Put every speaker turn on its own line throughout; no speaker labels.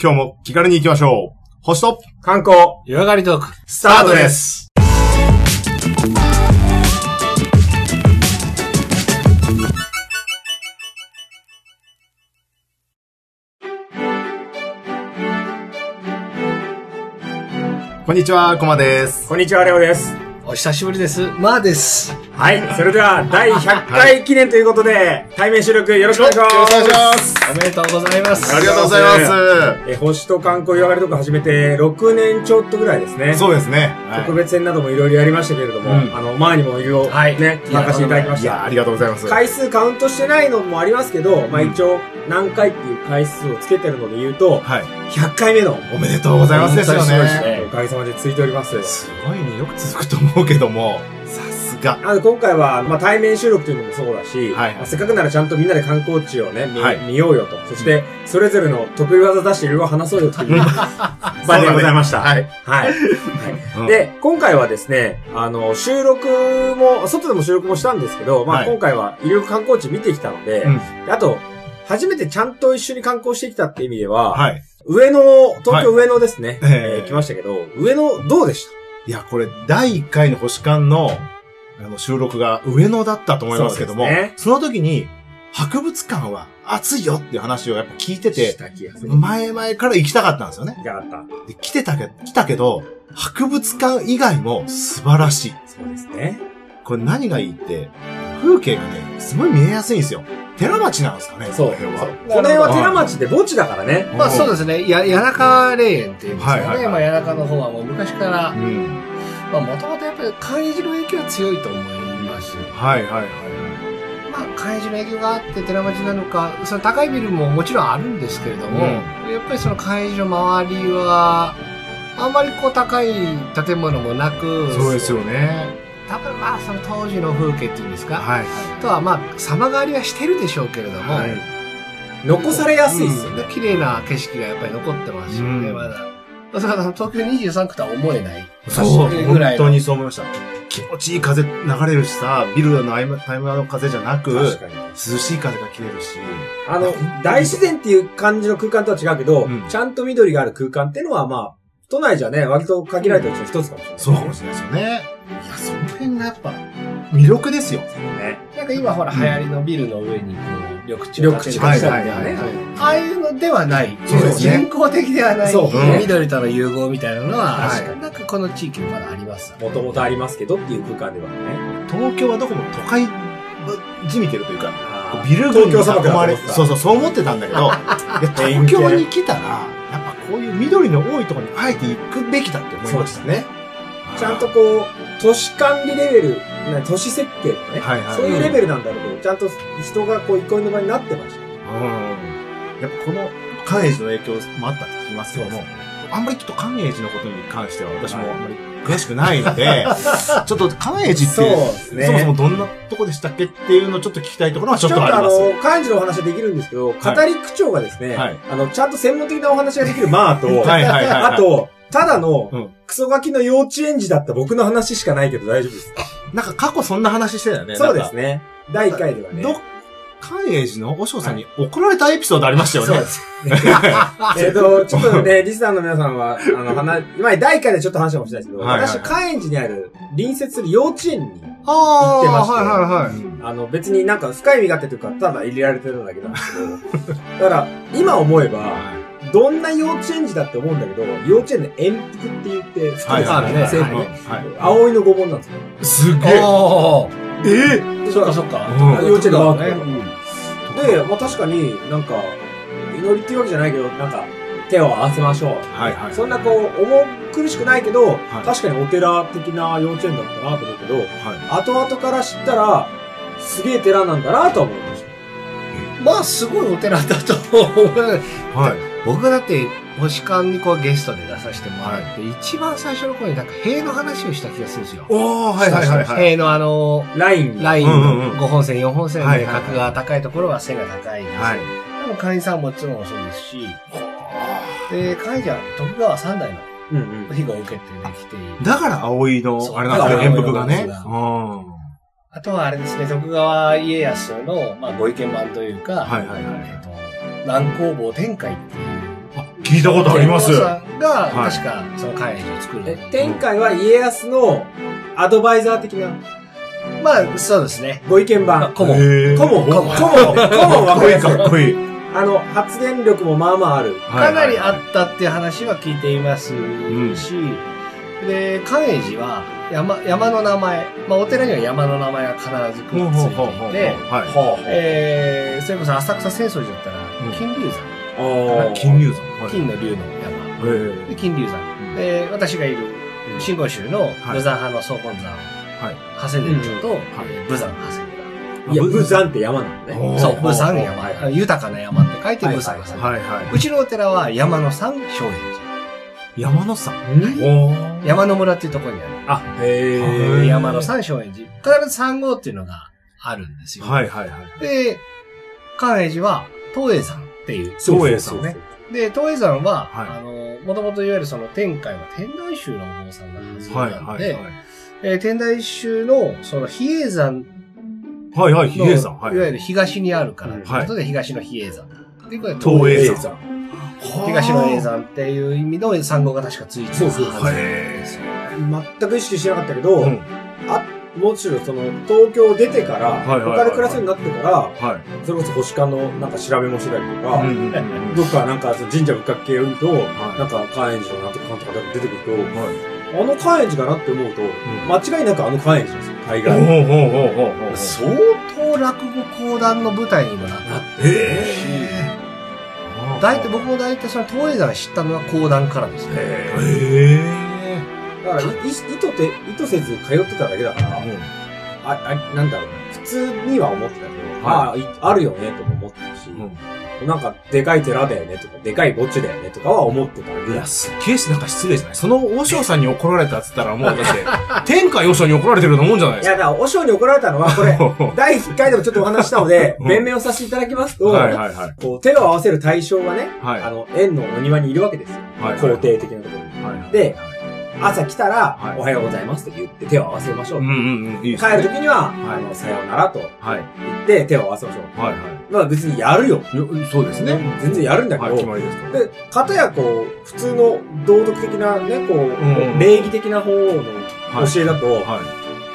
今日も気軽に行きましょう。星と、
観光、湯上がりトーク。
スタートです。こんにちは、コマです。
こんにちは、レオです。
お久しぶりです。まあです。
はい、それでは、第100回記念ということで、対面収録よろしくお願いします。
す。
おめでとうございます。
ありがとうございま
え、星と観光湯上がりとか始めて、6年ちょっとぐらいですね。
す。そうですね。はい
特別編などもいろいろやりましたけれども、
うん
あの、前にもいろいろ
はい
ね、参加していただきまし
いや
た。
ー、ありがとうございます。
回数カウントしてないのもありますけど、まあ
うん
一応、何回っていう回数をつけてるので言うと、
はい。
100回目の、
おめでとうございますですよ
本当にそう
ね。
で
おかげさまでついております。
すごいね。よく続くと思うけども、さすが。
あの、今回は、まあ、対面収録というのもそうだし、
はい
まあせっかくならちゃんとみんなで観光地をね、見,、
はい
見ようよと。そして、それぞれの得意技出していろいろ話そうよという 場でございました。
そうだ
はい。
ね
はい。
はい。で、
で、今回はですね、あの、収録も、外でも収録もしたんですけど、まあ、
はい
今回は、いろいろ観光地見てきたので、
うん
であと、初めてちゃんと一緒に観光してきたって意味では、
はい。
上野、東京上野ですね、
はい
えー来ましたけど、上野どうでした
いや、これ、第1回の星間の、あの、収録が上野だったと思いますけども、
そう
そ,、
ですね
の時に、博物館は熱いよっていう話をやっぱ聞いて、
してた気がする。い
前々から行きたかったんですよね。
かがだった。
で、来てたけ、来たけど、博物館以外も素晴らしい。
そうですね。
これ何がいいって、風景がね、すごい見えやすいんですよ。寺町なんですかね、
そう
この辺は。
この辺は寺町で墓地だからね。
まあそうですね。や、谷中霊園っていうんですかね。
はいはいはい
まあ谷中の方はもう昔から、
う
ま
ん。
あもともとやっぱり寛永寺の影響は強いと思います。
はいはいは
まあ寛永寺の影響があって寺町なのか、その高いビルももちろんあるんですけれども、
うん
やっぱりその寛永寺の周りは、あんまりこう高い建物もなく、
い。そうですよね。
多分まあその当時の風景っていうんですか、
はい
あとはまあ様変わりはしてるでしょうけれども、
はい。
残されやすいですよね。
綺麗な景色がやっぱり残ってますよね、
うん
まだ。だから東京23区とは思えない。
そう、
確かにぐら
本
いの
当にそう思いました。気持ちいい風流れるしさ、ビルの合間合間の風じゃなく、
確かに。
涼しい風が切れるし、
あの、 大自然っていう感じの空間とは違うけど、
うん
ちゃんと緑がある空間っていうのは、まあ、都内じゃね、割と限られたうちの一つかもしれない。
そうかもしれないですよね。いや、その辺がやっぱ、魅力ですよ。
ね。
なんか今ほら流行りのビルの上にこう緑地を建
緑地
ててたりとか
はいはい
ね
はい。
ああいうのではない。
そうですね
人工的ではない。
そう
ね
緑との融合みたいなのは、
はい
なんかこの地域にまだあります。
もともとありますけどっていう空間ではね。
東京はどこも都会じみてるというか、こうビ
ビ
ル
ル
群
東
に
京砂漠
囲
だ
ま
と
れ
思ってた
そうそう、そう思ってたんだけど、い や東京に来たら、やっぱこういう緑の多いところにあえて行くべきだって思いましたね。
ちゃんとこう、都市管理レベル、ね都市設計とかね、
はいはい
そういうレベルなんだろうけど、ちゃんと人がこう、憩いの場になってました。
うん。やっぱこの関永寺の影響もあったって聞きますけども、あんまりちょっと関永寺のことに関しては私もあんまり詳しくないの で、ちょっと関永寺って、
そ
そう
ですね。
もそもどんなとこでしたっけっていうのをちょっと聞きたいところはちょっとあり
あ
ます。
の、漢字のお話はできるんですけど、語り口調がですね、
はい
あの、ちゃんと専門的なお話ができるマーと、
はいはいはいはい。
あ、と、ただ
う
の
ん、
クソガキの幼稚園児だった僕の話しかないけど大丈夫ですか
なんか過去そんな話してたよね。
そうです
ね。
ね。第1回ではね。
ど、関永寺の和尚さんに怒られたエピソードありましたよね。
そうです。 えっと、ちょっとね、リスナーの皆さんは、あの、話、前第1回でちょっと話したかもしれないですけど、
はいはいはい
私、関円寺にある隣接する幼稚園に、
あ
行ってましたよ
はいはいはい。
あの、別になんか深い意味があってというか、ただ入れられてるだけなんです けど、だから、今思えば、どんな幼稚園児だって思うんだけど、幼稚園の遠服って言って、服です
はい
よ
はい
ね、
はい。
制服
は
ね。
いは
葵の御紋なんですよ。
い。すげえ。
おー
え
で
そっかそっか。
うん
幼稚園の
ね。
で、まあ確かになんか、祈りっていうわけじゃないけど、なんか、手を合わせましょう。
はいはい。
そんなこう、重苦しくないけど、
い
確かにお寺的な幼稚園だったなと思うけど、
はい。
後々から知ったら、すげえ寺なんだなとは思いまし
まあすごいお寺だと思う。
はい。
僕がだって、星間にこうゲストで出させてもらって、一番最初の頃になんか塀の話をした気がするんですよ。
おー、はいはいはいはい。
塀のあの、
た。ラインに。
ライン
うんうんうん
5本線、4本線
はい
で
はいはい
格が高いところは線が高いです。
はい。
でも会員さんはもちろんそうですし、で、会員じゃ徳川三代の
うんうん。
庇護を受けてできている。
だから、葵
そう
の、あれなんですね、
だ
変
から
幅がね。
葵
う
の
ん。
あとはあれですね、徳川家康の、まあ、ご意見番というか、
はいはいはい
えっと、乱工房天海っていう、
あ、
聞いたことあります。
天皇
は
さんが、
はい
確か、その寛永寺を作るの
え天海は家康のアドバイザー的な
まあ、そうですね。
ご意見番。
顧問。
へー
顧問、顧問、顧問、
か
分
っ
か
こ
り
いい
やすい。
かっこいい。
あの、発言力もまあまあある。
は
か
い
なりあ
はい
ったっていう話は聞いていますし、で、寛永寺は山山の名前、まあ、お寺には山の名前が必ずくっ
ほ
つ
うほうほうほう
いていて、
はい。
は
えー、それこそ浅草浅草寺だったら
うん、
金龍山、
あ。おー
金龍山。はい
金の龍の山。
えー
で金龍山、で私がいる真言宗の武山派の総本山
はい
長谷寺町と
い
えー武山長谷
いや、
あぶ
ブザンって山なの
お
ね。
ー
寺そう武山
はい
山豊かな山って書いて武山長谷寺
はいは
うちのお寺は山の山松園寺
い。山の山。
ん
おー
山の村っていうところにあ
へ
へ
る
ー
ー
山の山松園寺必ず山号っていうのがあるんですよ、
はいはいはい。
で寛永寺は東映山っていう
そうそうそう
ね。
で東映山は、
はい
あのもともといわゆるその天海は天台宗のお坊さんが発
はい
生なの
はい
で、
はい。
えー天台宗の、その、比叡山
はいはい、比
の、
叡山。はい
わゆる東にあるから、
う
はい
ん
ということで東の比叡山。ということで、
東映山
さん。
東の叡山っていう意味の産号が確かついてる
そうそう
は
は
ず
い。
全く意識してなかったけど、
うん
あもちろんその東京出てから、
はいはいはい
他で暮らすようになってから、
はい。
それこそ星間のなんか調べもしてたりとか、
うんうんうん
どっかなんかその神社仏閣系を見ると、
い
なんか関円寺のなんとかかんとか出てくると、
はい
あの関円寺かなって思うと、間違いなくあの関円寺ですよ、大
おう
概。
おうおうおうおう
相当落語講談の舞台にもなった。
ええ
大体、僕も大体その東映山知ったのは講談からですね。
え
だから、い意意図て、意図せず通ってただけだから、あ、あ、なんだろうな、普通には思ってたけど、
は
ああ、あるよねとも思ってたし、
うん
なんか、でかい寺だよねとか、でかい墓地だよねとかは思ってた
い
ぐら
や、
い。
すっげえし、なんか失礼じゃないその、和尚さんに怒られたっつったら、もうだって、天下和尚に怒られてるようなもんじゃないで
い
す
や、だから、和尚に怒られたのは、これ、
か。、
第1回でもちょっとお話ししたので
うん
弁明をさせていただきますと、
はいはいはい。
こう手を合わせる対象がね、
はい
あの、園のお庭にいるわけですよ。
はい
皇帝的なところに。
はい
で、朝来たら、
はい
おはようございますと言って手を合わせましょ
う
う。
んうんうん、いいですね
帰るときには、
はい
あの、さようならと
はい。
言って手を合わせましょう。
はい
まあ別にやるよ。
はいよ。そうですね。
全然やるんだけ
は
ど、
い、決まりですか
で、かたやこう、普通の道徳的なね、こう、
んうん
礼儀的な方の
ら。
教えだと、
は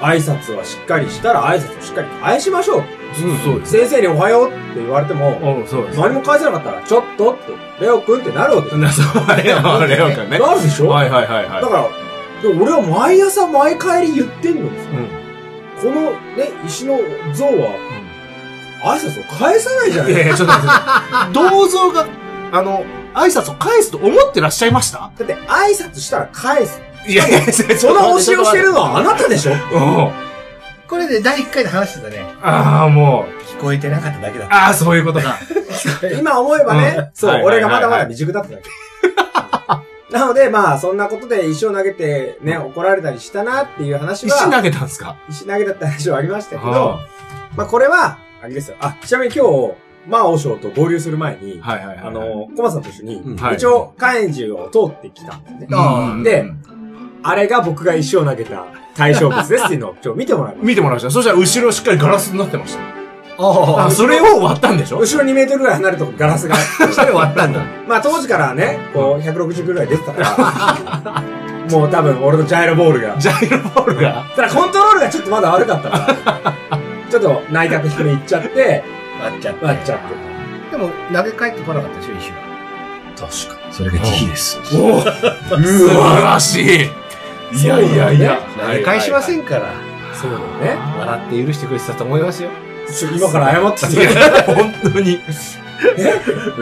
挨拶はしっかりしたら挨拶をしっかり返しましょう。
い。うん、そうです。
先生におはようって言われても、
うん、そうです。
何も返せなかったら、ちょっとって、レオくんってなるわけ
な、そう、あれよ、あれよかね。
なるでしょ、
はいはいはいはい。
だから、でも俺は毎朝毎帰り言ってんのにさ、
うん。
このね、石の像は挨拶を返さないじゃ
い
ない
やいや、ちょっと待って。銅像が、あの、挨拶を返すと思ってらっしゃいました
だって挨拶したら返す。
いやいや、 そ
その教えをしてるのはあなたでしょ
うん。
これで第1回で話してたね。
ああ、もう。
聞こえてなかっただけだ。
ああ、そういう ことか。
今思えばね、そう、
はいはいはいはい
俺がまだまだ未熟だっただけ。 なので、まあ、そんなことで石を投げてね、怒られたりしたなっていう話
石
は、
投げたんですか
石投げだった話はありましたけど、
は
まあ、これは、あれですよ。あ、ちなみに今日、まあ、王将と合流する前に、
いはいはい。
あ、の、コマさんと一緒
うん
に
はい、
一応、関円寺を通ってきたんですね。
あ
うん
で、あれが僕が石を投げた対象物ですっていうのを今日見てもらいまし。
見てもらいました。そしたら後ろしっかりガラスになってました。
あ
あ、
あ、
それを割ったんでしたょ
後ろ2メートルぐらい離れたとこガラスが。
それ終わったんだ。
まあ当時からね、こう、160ぐらい出て たから、もう多分俺のジャイロボールが。
ジャイロボールが。
ただコントロールがちょっとまだ悪かったから、ちょっと内角低めいっちゃって、
割っちゃった。
割っちゃって。
でも、投げ返ってこなかったでしょ、一瞬。確かに。それが慈悲です。
おお素晴らしいいやいやいや。
投げ返しませんから、
そうだよね。
笑って許してくれてたと思いますよ。
ちょ今から謝って
い
て。
や、本当に。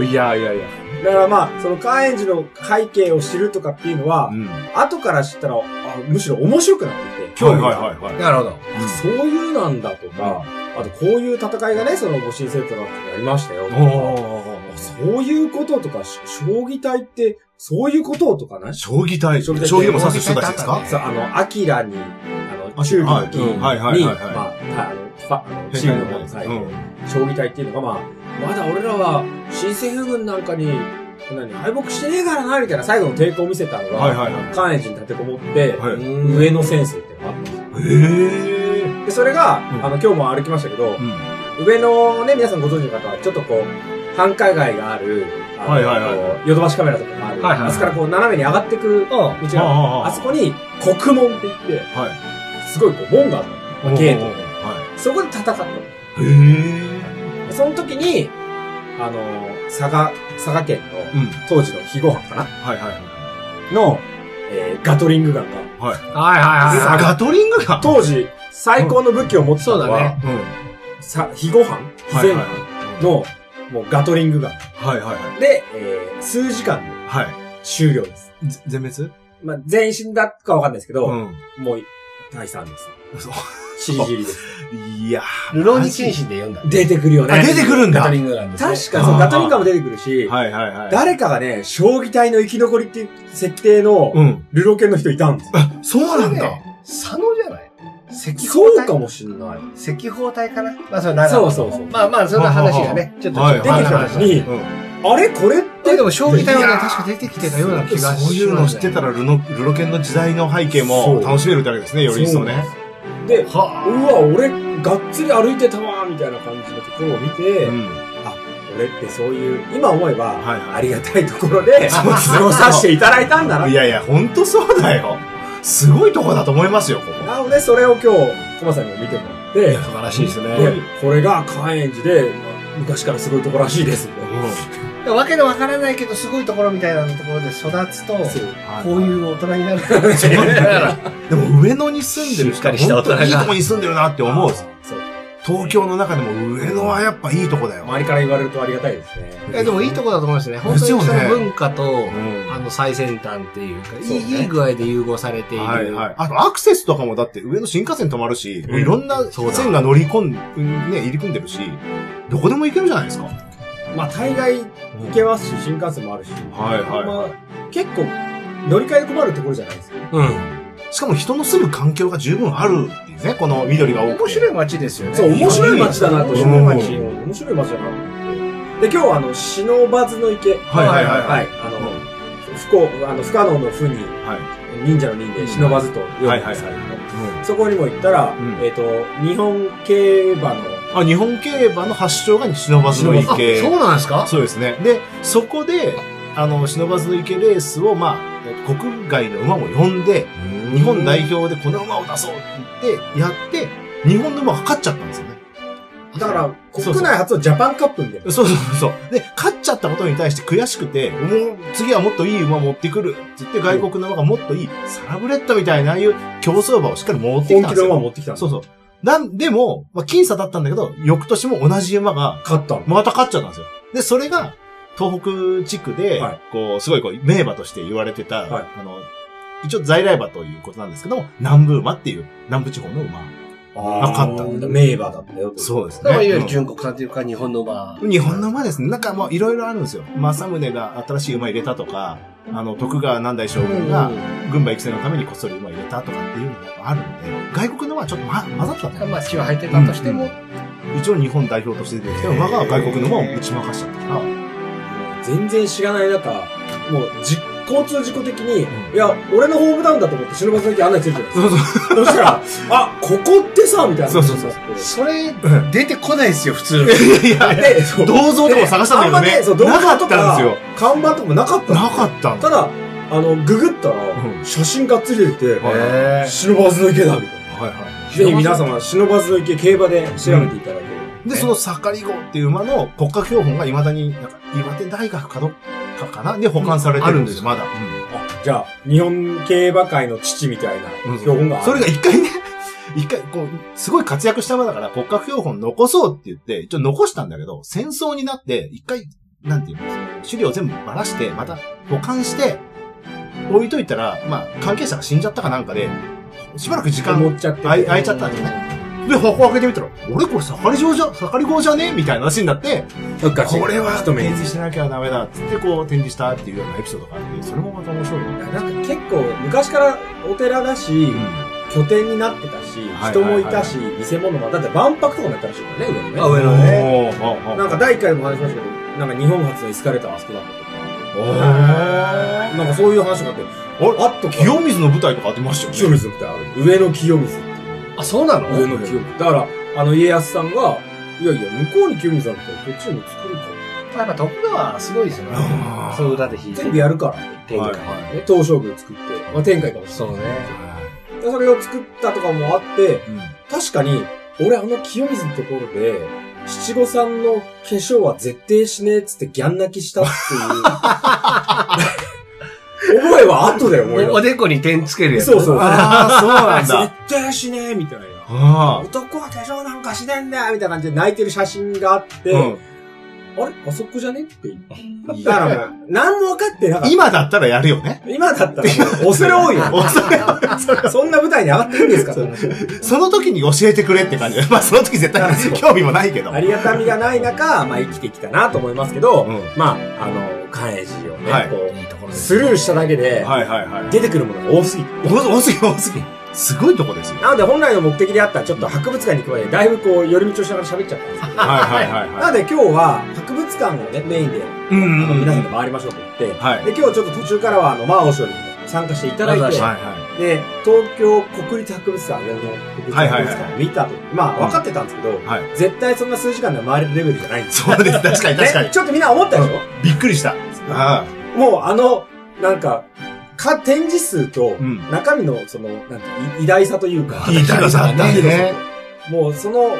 いやいやいや。
だからまあ、その関円寺の背景を知るとかっていうのは、
ん。
後から知ったら、あむしろ面白くなってきて、
はい
興味が
はいはいはい。
なるほど。
そういうなんだとか、あとこういう戦いがね、その戊辰戦とかってありましたよと
お
か、
ー
そういうこととか、し将棋隊ってそういうこととかない
将棋対将棋
将棋対
将棋でも指す人たちですか
そう、あの、アキラに、あの、
あ
中
は
国
い
の銀に、
はいはいはいはい
まあ、あの、パあのチームの方の最
う
後、
ん
将棋隊っていうのがまあ、まだ俺らは新政府軍なんかに、何、敗北してねえからな、みたいな最後の抵抗を見せたの
はい
が、
はいはい。
関越に立てこもって、
はい
上野戦争っていうのがあったんですよ
ええ。
で、それが、
うん
あの、今日も歩きましたけど
う、ん。
上野をね、皆さんご存知の方は、ちょっとこう、繁華街がある、あの
はいはいは
ヨドバシカメラとかがある、
はいはいはい
あそこからこう斜めに上がってく道
うん。
がある
あ
あそこに国門って言って、
はい。
すごいこう門があったの。ゲート。
は
そこで戦ったの。
い。へ
その時に、あの、佐賀、佐賀県
え。う
の、
ん。
当時の非合藩かな
はいはいは。
の、えーガトリングガンが、
はいはいはいい。
ガトリングか
当時、最高の武器を持ってたの
そうだ
は
ね、
うん。
さ非合藩
はい
前
はい
の、もうガトリングガン。
はい。はいはいはい。
で、えー数時間で
はい。
終了です。
ぜ全滅
まあ、全員死んだかわかんないですけど、
ん。
もう、退散です。
そ
尻切り です。
う。いやー
ルローニケンシンで読んだ。
出てくるよね。
あ出てくるんだ
ガトリングガンですね。
確か、そう、ガトリングガンも出てくるし、
はいはいはい。
誰かがね、将棋隊の生き残りっていう設定の、
うん。
ルロケンの人いたんですよ。
そうなん
これ
だ。
ね。佐野じゃない赤
そ
包
う
帯
かもしんない。
赤包帯かなまあそれ長野
そうそうそう
まあまあその話がね、ちょっと
はい
出
出て
て
き
き
た
た
話
時に、
うん。
あれこれっ
で
て
でも将棋隊はね、
いやー
確か出てきてたような気がし
そういうのを知ってたら、ルノルロケンの時代の背景も楽しめるってわけですね、より一層ね。
で、う
は
わ、俺、がっつり歩いてたわみたいな感じのところを見て、
うん。
俺ってそういう、今思え
は
ば、
いはい
ありがたいところで、
そうですね
過ごさせていただいたんだな。
いやいや、ほんとそうだよ。すごいとこだと思いますよ、ここ。
なので、それを今日、コマさんにも見てもらって、
素晴らしいですね。
で、これが関円寺で、昔からすごいとこらしいですみたいな。
わけのわからないけど、すごいところみたいなところで育つと、
そう
こういう大人になる。
そうだからでも上野に住んでる
し
人
っか
は
りした
本
大人が
当にいいとこに住んでるなって思う。
そう
東京の中でも上野はやっぱいいとこだよ。
周りから言われるとありがたいですね。
い やでもいいとこだと思いますね。本
です
当
よ
に
ね
その文化と、
うん
あの最先端っていうか、い
そうね
いいい具合で融合されている。
はいはい。あとアクセスとかもだって上の新幹線止まるし、
うん
いろんな
そうだ
線が乗り込ん、ね、入り組んでるし、どこでも行けるじゃないですか。
まあ、大概行けますし、新幹線もあるし。
はいはい
ま
は
あ、結構、乗り換えで困るところじゃないですか。
しかも人の住む環境が十分あるっていうね、この緑が多くて。
面白
い。
い街ですよね。
そう、面白い街だなと
面
思
白い
って。
街
面白い街だなと思って。で、今日はあの、シノバズの池。
はいはいはい
はい。あの、不幸、あの、不可能の不に、
はい。
忍者の忍で、忍ばずと呼ぶんですけど、そこにも行ったら、
うん
えっ、と、日本競馬の、
あ、日本競馬の発祥が忍ばずの
あ、
池。
そうなんですか
そうですね。で、そこで、あの、忍ばずの池レースを、まあ、国外の馬も呼んで、日本代表でこの馬を出そうって言って、やって、日本の馬が勝っちゃったんですよね。
だから、
そうそう
国内初のジャパンカップみたいな。
そうそうそうそう。で、勝っちゃったことに対して悔しくて、もう、次はもっといい馬持ってくるって言って、外国の馬がもっといい、サラブレッドみたいな、ああいう競走馬をしっかり持ってき
本
たんで
気
す
の馬
よ。
持ってきたの。
そうそう。なん、でも、まあ、僅差だったんだけど、翌年も同じ馬が
勝ったの。
また勝っちゃったんですよ。で、それが、東北地区で、
はい
こう、すごいこう、名馬として言われてた、
はい
あの、一応在来馬ということなんですけども、南部馬っていう、南部地方の馬。
あ
勝った
の名馬だったよ。
そうです
だからいわゆる
ね。
純国産というか、日本の馬。
うん日本の馬ですね。なんかもういろいろあるんですよ。政宗が新しい馬入れたとか、あの、徳川南大将軍が
うん
軍馬育成のためにこっそり馬入れたとかっていうのがやっぱあるので、外国の馬はちょっと、ま、混ざったんだよ
まあ、血は入ってたとしても、
一応日本代表として出てきた馬が外国の馬を打ち負かしちゃったから、
全然知らない中、もう、じ交通事故的に、
うん
いや、俺のホームタウンだと思って、忍ばずの駅案内ついてるじゃ
そうそう
ないですか。そしたら、 あ、ここってさ、みたいな。
そうそうそう
それ、出てこないですよ、普通。
いやいや、
で、そう
銅像とか探したんだけどね
あんまそう銅
なか
像
っ
と
たん
か
ですよ、
看板とかもなかった
なか
っ
ったんだ
ただ、あの、ググったら、
うん
写真がっつり出てて、
はい
へー
忍ばずの池だ、みたいな。
はいは
ぜひ皆様、忍ばずの池競馬で調べていただける。
い。で、そのサカリ号っていう馬の国家標本が未だに、なんか、岩手大学かどっかかなで保管されてるんですよ、まだ。
あ、じゃあ、日本競馬界の父みたいな
うん
標本がある。
それが一回ね、 一回、こう、すごい活躍した馬だから国家標本残そうって言って、一応残したんだけど、戦争になって、一回、なんていうの資料全部ばらして、また保管して、置いといたら、まあ、関係者が死んじゃったかなんかで、しばらく時間
持っちゃってて。
あい開いちゃったんですね。で、箱開けてみたら、俺これ盛り上じゃ、盛り号じゃねみたいな話になって、
うん。こ
これは
一
展
目に
示しなきゃダメだっつってこう展示したっていうようなエピソードがあって、それもまた面白いね。
なんか結構昔からお寺だし、拠点になってたし、
はいはいはい
人もいたし、見せ物も、だって万博とかもやったらしいからね、上
あ
もね。
上野ね
おー。
なんか第1回でも話しましたけど、なんか日本初のエスカレーターあそこだったと
お
か、なんかそういう話があって、
お
あっと
清水の舞台とかありましたよね。
清水ってある。上の清水っていう。
あ、そうなの
上の清水。だから、あの家康さんが、いやいや、向こうに清水あったらこっちにも作るか
やっぱ徳川すごいですよね
うん。
そう裏で弾いて
全部やるから。
展開。
はい
ね、東照宮作って、まあ、天海かもし
そうね。
れない。それを作ったとかもあって、
うん
確かに、俺あの清水のところで、七五三の化粧は絶対しねえっつってギャン泣きしたっていう。 覚えは後だよ、もう
おお
今。
でこに点つけるやつ。
そうそう。
ああ、そうなんだ。
絶対しねえみたいな。
あ
男は化粧なんかしねえんだよみたいな感じで泣いてる写真があって、
ー
あれあそこじゃねって言ったら、もう何も分かってなか
う
っ
ん
た。
今だったらやるよね。
今だったら、恐れ多いよ。
恐れ
そんな舞台に上がっていいんですかって話
その時に教えてくれって感じ。 まあ、その時絶対
そう
興味もないけど。
ありがたみがない中、まあ生きてきたなと思いますけど、
うん
まあ、あの、関英寺をね、
はい
こ
いいところ
う、
です。
スルーしただけで、
はいはいはい。
出てくるものが多すぎて。
お多すぎ多すぎ。すごいとこですよ。
なので本来の目的であったちょっと博物館に行く前で、だいぶこう、寄り道をしながら喋っちゃったんですけど、
はいはいはい
な
は
ので今日は博物館をね、メインで、
い。うん
あの皆さん
は
で回りましょうと言って、
はい
で、今日ちょっと途中からは、あの、魔王将にも参加していただい
わ
て
い
ざ、
は
で、東京国立博物館、上野の国立博物館を見たと。まあ、分かってたんですけど、
い。はい。
絶対そんな数時間で回れるレベルじゃないんですよ。
そうです。確かに確かに
ね、。ちょっとみんな思ったでしょ、
びっくりした。ああ。
もうあの、なんか、か、展示数と
う、ん。
中身の、その、なんて、い偉大さという か、
いい広さあったね。
もうその、もう、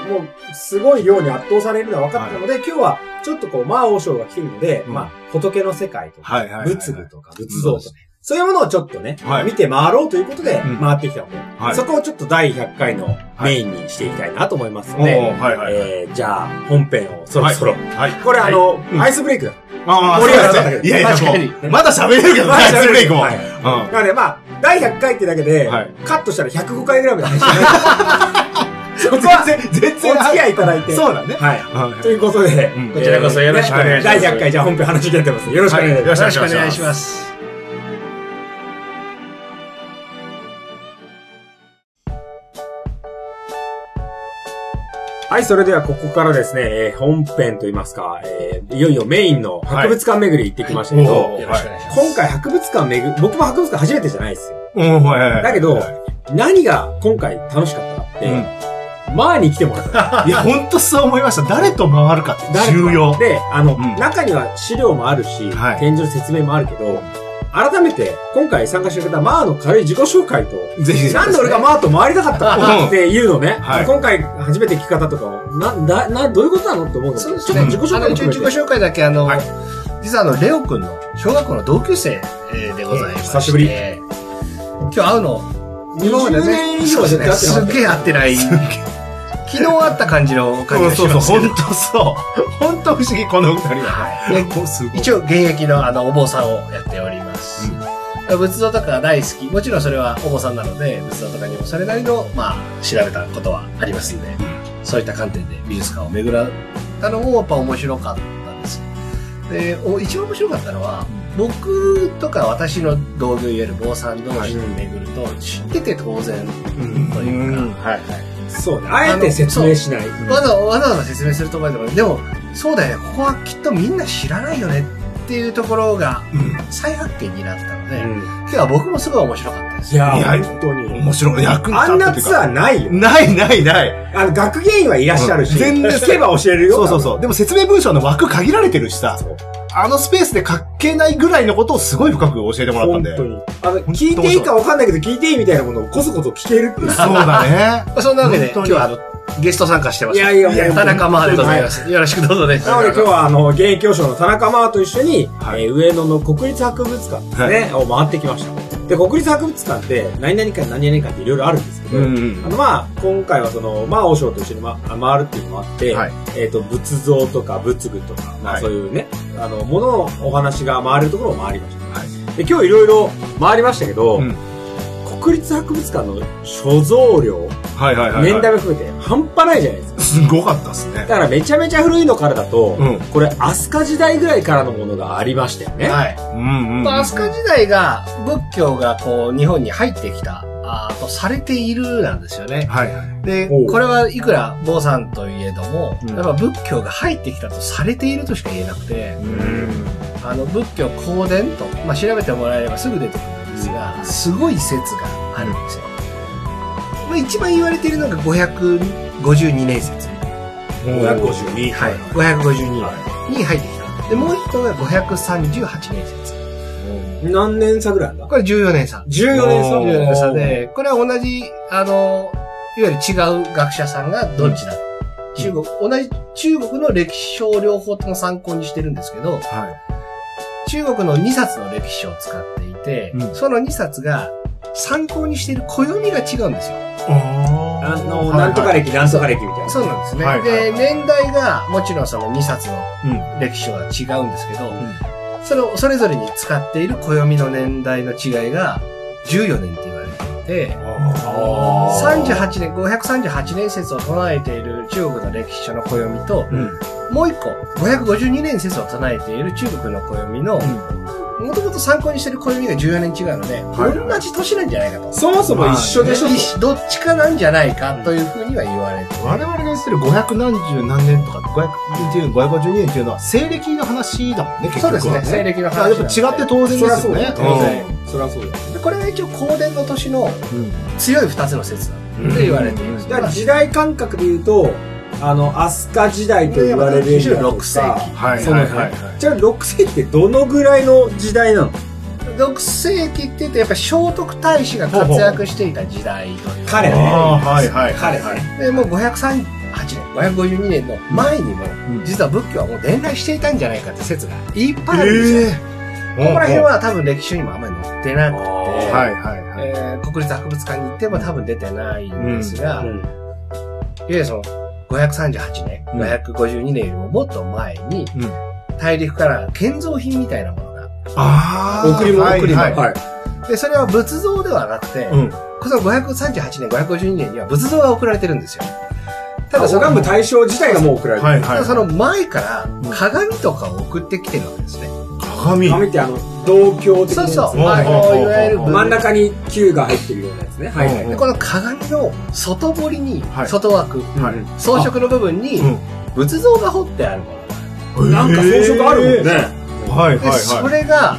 すごい量に圧倒されるのは分かったので、今日は、ちょっとこう、魔王将が来てるので、
うん
まあ、仏の世界とか、
はいはいはいはい。
仏具とか、仏像と
そ
か
う、
そういうものをちょっとね、
はい
見て回ろうということで、
うん
回ってきたので、
はい
そこをちょっと第100回のメインにしていきたいなと思いますので、
おーはいはいはい
えー、じゃあ、本編をそろそろ。
はい。
これ、あの、
ん
アイスブレイ クだ。
まあまあ、
盛り上がっ
そ
た
うですねいやいや、
確かに
もうまだ喋れるけどね、アイスブレイクも。
はい
うん。
なので、まあ、第100回ってだけで、
はい
カットしたら105回ぐらいまで配信になる そこは、
全然、全
お付き合いいただいて。
そうだね。
はい。
はい
ということで、
うん
こちらこそよろしくお願いします
えー第100回、じゃあ本編話しってます。よろしくお願いします。
はい
よろしくお願いします。
はい、それではここからですね、えー本編といいますか、えーいよいよメインの博物館巡り行ってきましたけど、
はいおー
よろしくお願いします。
今回博物館巡り、僕も博物館初めてじゃないですよ。
うん、はいはいはい。
だけど、何が今回楽しかったかって、前に来てもらった。
いや、ほんとそう思いました。誰と回るかって
誰か
重要。
で、あの、
うん
中には資料もあるし、
はい
展示の説明もあるけど、改めて、今回参加してくれたマーの軽い自己紹介と、
ぜひぜひ。
なんで俺がマーと回りたかったのかっていうのね、
はい
今回初めて聞き方とかを、な、な、な、どういうことなのって思うんです
そ
け
う
ど、
で
ち
す
ょっと
ね。
自己紹介も含
あの一応自己
めて。
紹介だけ、あの
はい、
実はあの、レオくんの小学校の同級生えーでござい
え
ます。
ー久しぶり
今日会うの、
20年以上絶対会ってなか
す
った
げえ会ってない。昨日会った感じの感じ
うん
がし
そうそ
ま
う、
すけ
ほ
ど
んとそう。ほんと不思議、この二人は。
はいで
こうすごい
一応現役のあのお坊さんをやっております、仏像とか大好きもちろんそれはお坊さんなので仏像とかにもそれなりの、まあ、調べたことはありますので、そういった観点で美術館を巡らたのもやっぱ面白かったんですでお一番面白かったのは僕とか私の同業いわゆる坊さん同士で巡ると知ってて当然
うん
というか
はいはい。
そうね。あえて説明しない。
わざわざわざ説明すると思うけどでもそうだよねここはきっとみんな知らないよねっていうところが
うん
再発見になったので、
うん
今日は僕もすごい面白かったです
い
よ。
や
いや
ー、本当に。
面白い。役に
あ
立
ん
ったっ
な
ていう
ツ
か
アーないよ。
ないないない。
あの、学芸員はいらっしゃるし、
うん全然
聞けば教えるよ。
そうそうそう。でも説明文章の枠限られてるしさ
そう、
あのスペースで書けないぐらいのことをすごい深く教えてもらったん
本
で。
当
そう
に。あの、
当
聞いていいかわかんないけど、聞いていいみたいなものをこそこそ聞けるっていう。
だね。
そんなわけで、
本当に
今日はあの、ゲスト参加してます。
いやいやいや
田中真央でございます。よろしくどうぞです。
なので今日はあの、現役教師の田中マーと一緒に、
はい
えー上野の国立博物館ですね、を回ってきました。で、国立博物館って、何々館何々館っていろいろあるんですけど、
うん
あのまあ、今回はその、まあ、王将と一緒に、ま、回るっていうのもあって、
はい
えっ、と、仏像とか仏具とか、ま
は
あ
い
そういうね、あの、もののお話が回れるところを回りました。
はい
で、今日いろいろ回りましたけど、
うん
国立博物館の所蔵量、
はいはいはい。
年代も含めて半端ないじゃないですか。
すごかったっすね
だ。からめちゃめちゃ古いのからだと、
うん
これ、飛鳥時代ぐらいからのものがありましたよね。
はい。
うんうんうん。
まあ、飛鳥時代が、仏教がこう、日本に入ってきた、あとされているなんですよね。
はいはい。
で、
おう
これはいくら坊さんといえども、
うん
やっぱ仏教が入ってきたとされているとしか言えなくて、あの、仏教公伝と、まあ、調べてもらえればすぐ出てくるんですが、すごい説があるんですよ。まあ、一番言われているのが552年説。
うん
552。
はい、552に入ってきたんで、もう一頭が538年説。
何年差ぐらいあんだ
これ14年差。
?14 年差
おー
14年差で、これは同じ、あの、いわゆる違う学者さんがどっちだ。中国、同じ中国の歴史書を両方とも参考にしてるんですけど、
は
中国の2冊の歴史書を使っていて、
うん
その2冊が参考にしている暦が違うんですよ。
い。
あの、なんとか歴、なんとか歴みたいな。
そうなんですね。
はいはい
で、年代が、もちろんその2冊の
うん
歴史書が違うんですけど、それをそれぞれに使っている暦の年代の違いが14年って言われていて、38年、538年説を唱えている中国の歴史書の暦と、
うん。
もう一個、552年説を唱えている中国の暦の、もともと参考にしている暦が14年違うので、
はいはい
同じ年なんじゃないかと。
そもそも一緒でしょ
で一緒どっちかなんじゃないかというふうには言われて。
我々が知ってる500何十何年とか、520年、550年っていうのは西暦の話だもんね、結
そう
局
で
は。
すね、西暦の
だから
話
や
な
っぱ
ので。
違って当然で
そりゃ
す
そう
よ
だ
ね
よ。。
当然
うんそりゃそうだよ。
でこれが一応公伝の年の
うん
強い二つの説だ
うん
って言われています。
だから時代感覚で言うと、あの、飛鳥時代と言われるエリアとか。
26世紀
はい
そう
は
で
い
すね
はい。
じゃあ6世紀ってどのぐらいの時代なの
6世紀って言うとやっぱ聖徳太子が活躍していた時代という
彼ね
ああ、はいはい。
彼ね。
でもう538年552年の前にも
うん
実は仏教はもう伝来していたんじゃないかって説がいっぱいあるんですよ、
ええ。
ここら辺は多分歴史書にもあんまり載ってなくて、
はいはいはい。
えー国立博物館に行っても多分出てないんですが、いわゆるその538年、
うん
552年よりももっと前に、
うん
大陸から建造品みたいなものが
ああ。
送り物、
はい
送り物。
はい
はい。
で、それは仏像ではなくて、
うん。
この538年、552年には仏像が送られてるんですよ。た
ただ、
だそ
拝む
の、
対象自体がもう送られてる。
はい
た
は
だ
い。
その前から
ん
鏡とかを送ってきてるわけですね。
鏡。
紙ってあの、同郷的な
そう
やつ。
そ
う
う、
ん
あ
う
の、
ん
いわゆる
うん
真ん中に球が入ってるようなやつね。はいはい。
うん
でこの鏡の外堀に
は、い
外枠、
はい
うん
装飾の部分に
うん
仏像が彫ってあるものが
なんか装飾あるもんね。。
はいはい
ある。で、
はい
そ。れが、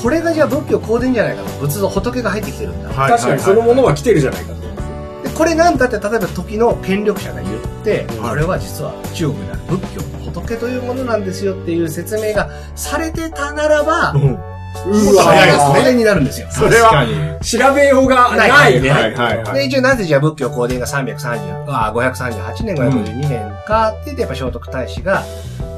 これがじゃあ仏教公伝じゃないかと。仏像、仏が入ってきてるんだ。
はい
確かにそのものは来てるじゃないかと。
でこれなんだって例えば時の権力者が言っ
は
て、
い
これは実は中国である仏教の仏というものなんですよっていう説明がされてたならば、
うん
う
わ早いですね
それになるんですよ。
それは。
調べようがないね。
はいはいはい。
で、一応なぜじゃあ仏教公伝が330、あ538年、552年かって言って、やっぱ聖徳太子が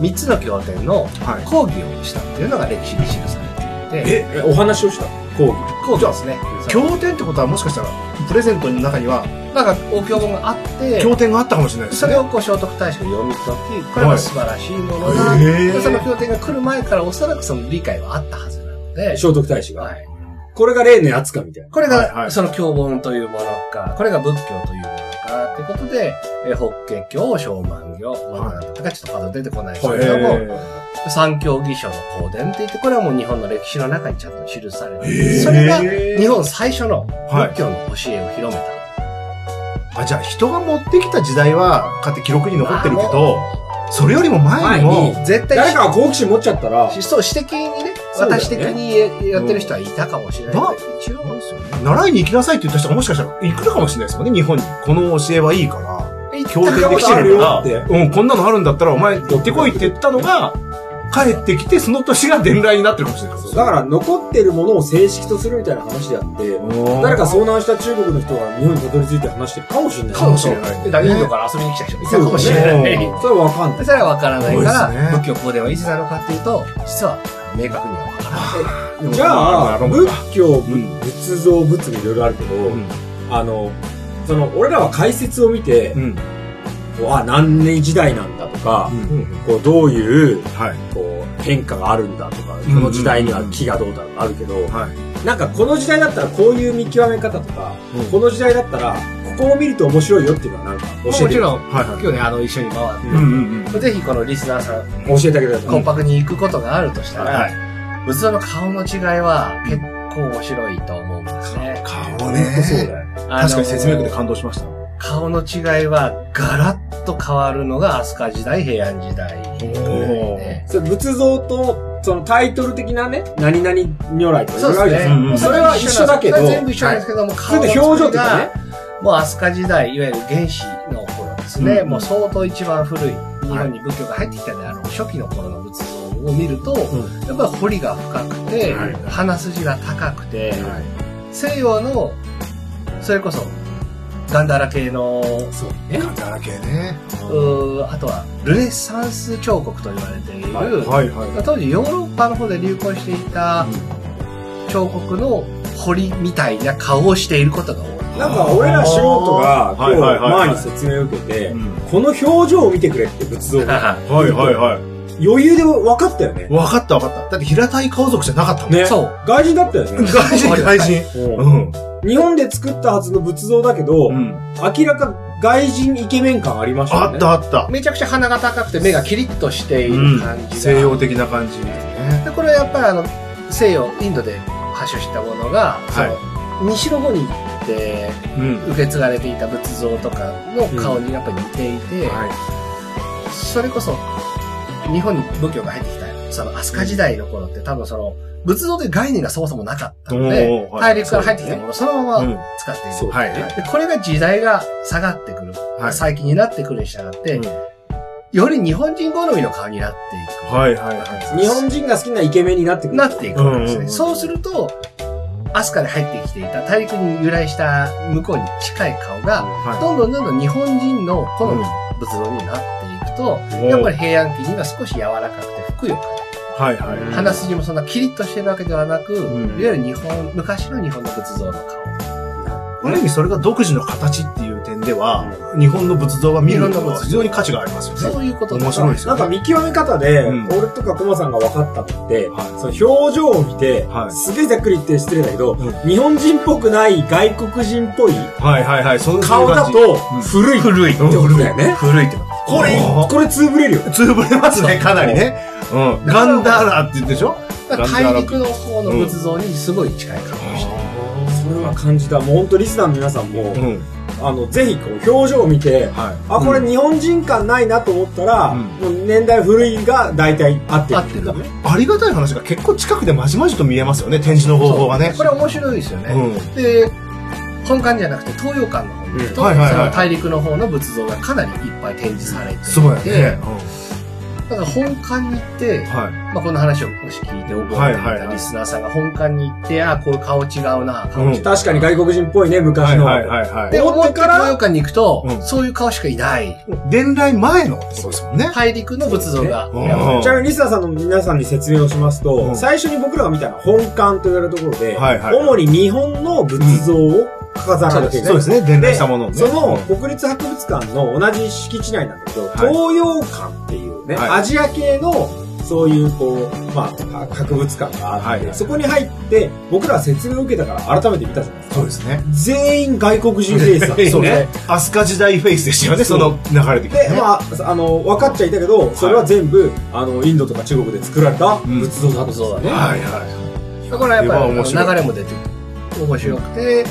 3つの経典の
はい
講義をしたっていうのが歴史に記されていて、
え、お話をした講義。
講義ですね。そう
経典ってことはもしかしたら、プレゼントの中には、
なんかお経本があって、
経典があったかもしれないです
そ
ね。
れをこう聖徳太子が読み解き、これは素晴らしいものだ。
はいへー
でその経典が来る前からおそらくその理解はあったはずなので、
聖徳太子が
は。い
これが例のやつかみたいな。
これ
はいは
が
い
その教本というものか、これが仏教というものか、ってことで、えー法華経、小満行、まあなんとかちょっとまだ出てこないですけれども、三教義書の公伝って言って、これはもう日本の歴史の中にちゃんと記されてい
へ
る。
ー
それが日本最初の
はい
仏教の教えを広めた。
あ、じゃあ人が持ってきた時代は、こうやって記録に残ってるけど、それよりも前に
前
も
に、
絶対
誰かが好奇心持っちゃったら、
そう、私的にね、
そうだよね
私的にやってる人はいたかもしれないけど。一応ですよね。
習いに行きなさいって言った人がもしかしたら行くのかもしれないですもんね、日本に。この教えはいいから、
教
経典できてる
行ったことあるよ
から、うん、こんなのあるんだったらお前行ってこいって言ったのが、帰ってきてその年が伝来になってるかもしれないです
だから残ってるものを正式とするみたいな話であって、誰か遭難した中国の人が日本にたどり着いて話してるかもしれない。
かもしれない
だからインドから遊びに来た人いたかもしれ
そう
な
だ
い。
ね
それはわかんない。
それはわからないから、
そうですね
仏教公伝はいつなのかっていうと、実は明確にはわからない。
じゃあ、
うん
仏教、
ん
仏像、仏もいろいろあるけど、
うん
あの、その、俺らは解説を見て、
うん。
こうあ、何年時代なんだとか、
うん。
こう、どういう、
はい。
こう、変化があるんだとか、こ
ん
の時代には木がどうだとかあるけど、
はい。
なんかこの時代だったらこういう見極め方とか、
うん
この時代だったら、ここを見ると面白いよっていうのはなんか教えて、
もちろん、
はいはい
今日ね、あの、一緒に回っ
うんうん
て、ぜひこのリスナーさん、
教えてあげてくださ
コ
い
ン。パクに行くことがあるとした
は
ら、
い。
仏像の顔の違いは結構面白いと思うんですね。
顔
ほんとそう
ね。
だよ。
確かに説明会で
あの
感動しました。
顔の違いはガラッと変わるのが飛鳥時代、平安時代。
お
ね
それ仏像と、そのタイトル的なね、何々如来とかい
そ
ろ
う
いろあるじゃ
です
ない
うんう
ね。
ん
それは一緒だけど
それは全部一緒なんですけども、
そ
顔
れ
の
で表情とかね。
もう飛鳥時代、いわゆる原始の頃ですね、
うん
もう相当一番古い、日本に仏教が入ってきたであろう初期の頃の仏像を見ると、
ん
やっぱり彫りが深くて、
はい
鼻筋が高くて、
はい
西洋の、それこそ、ガンダラ系の、
そうね。
だらけね。
うーあとは、ルネサンス彫刻と言われている、
はい
はいはい。
当時ヨーロッパの方で流行していた彫刻の彫りみたいな顔をしていることが多い。
なんか俺ら素人が
はいはいはい
今
はい
日前に説明を受けて
う、ん
この表情を見てくれって仏像が
はいはいはい。
余裕で分かったよね。
わかったわかった。だって平たい顔族じゃなかったもん。
ね。
そう。
外人だったよね。
外人外人。
う
うん。
ん日本で作ったはずの仏像だけど、
うん。
明らか外人イケメン感ありましたよ
あ
ね。
ったあった。
めちゃくちゃ鼻が高くて目がキリッとしている感じが、
西洋的な感じ。ね。
でこれはやっぱりあの西洋インドで発祥したものが、その西の方に行って
うん。
受け継がれていた仏像とかの顔にやっぱり似ていて、それこそ日本に仏教が入ってきたその飛鳥時代の頃って多分その仏像という概念がそもそもなかったので、
おーはい
大陸から入ってきたものをそのまま
うん。
使っている
そう。
はい
でこれが時代が下がってくる、
はい
最近になってくるに従って、
うん
より日本人好みの顔になっていく。
はいはいはい。
日本人が好きなイケメンになってくる。
なっていくわけですね。
うんうんうん
そうすると、アスカで入ってきていた大陸に由来した向こうに近い顔が、
は
どんどんどんどん日本人の好みの
い
仏像になっていくと、
うん
やっぱり平安期には少し柔らかくてふくよかな
はいはい。
鼻筋もそんなキリッとしてるわけではなく、
うん
いわゆる日本、昔の日本の仏像の顔。
ある意味それが独自の形っていう点では、日本の仏像は見るのは非常に価値がありますよね。
そういうこと
面白いです
な
よ
ん
ね。
か見極め方で、
うん
俺とかコマさんが分かったのって、
は
その表情を見て、
はい
すげえざっくり言って失礼だけど、
うん
日本人っぽくない外国人っぽい
いはいはいはい。その
顔だ、と
うん
古いって
古い。
ことだよね。
古いってこと。
これ
うん、
これつぶれるよね。
つぶれますね、かなりね。うん。ガンダーラって言ってでしょ
だから大陸の方の仏像にすごい近い顔をしてる。
それは感じた。もう本当リスナーの皆さんも、
うん。
あの、ぜひこう表情を見て、
はい。
あ、これ日本人感ないなと思ったら、
うん
もう年代古いが大体合ってる。
合ってるね。
ありがたい話が結構近くでまじまじと見えますよね、展示の方法がね。
これ面白いですよ
う
ね。
ん。
で、本館じゃなくて東洋館の方に行くと、
うんはいはいはい
その大陸の方の仏像がかなりいっぱい展示されていて、
そうやね。
だから本館に行って、
うんはい。
まあ、この話をもし聞いて覚えて
はい
い
はい
た
はい
リスナーさんが本館に行って、ああ、こう顔違うな、顔違うな。
確かに外国人っぽいね、昔の。
はいはいはい
で、
思
思
っ
ってて
か
からら、東洋館に行くと、
うん
そういう顔しかいない。
はい。伝来前のそうですもんね。
大陸の仏像が。
うん
は
ちなみにリスナーさんの皆さんに説明をしますと、
うん
最初に僕らが見たのは本館と言われるところで、
はいはいはい
主に日本の仏像を飾られている、
そうですね、伝来したものをね。
その
うん
国立博物館の同じ敷地内なんだけど、
い
東洋館っていうね、
はい
アジア系のそういうこう、まあ、博物館があって、
はいはい
そこに入って、僕らは説明を受けたから改めて見たじゃないですか。
そうですね。
全員外国人フェイスだった。
そうね。飛鳥時代フェイスでしたよね、
そ
そうの流れてきて
で、
ね。
まあ、あの、分かっちゃいたけど、それは全部、あの、インドとか中国で作られた仏像だったんですよね。
はいは
だからやっぱ
いや面
り
白い
流れも出てくる面白くて、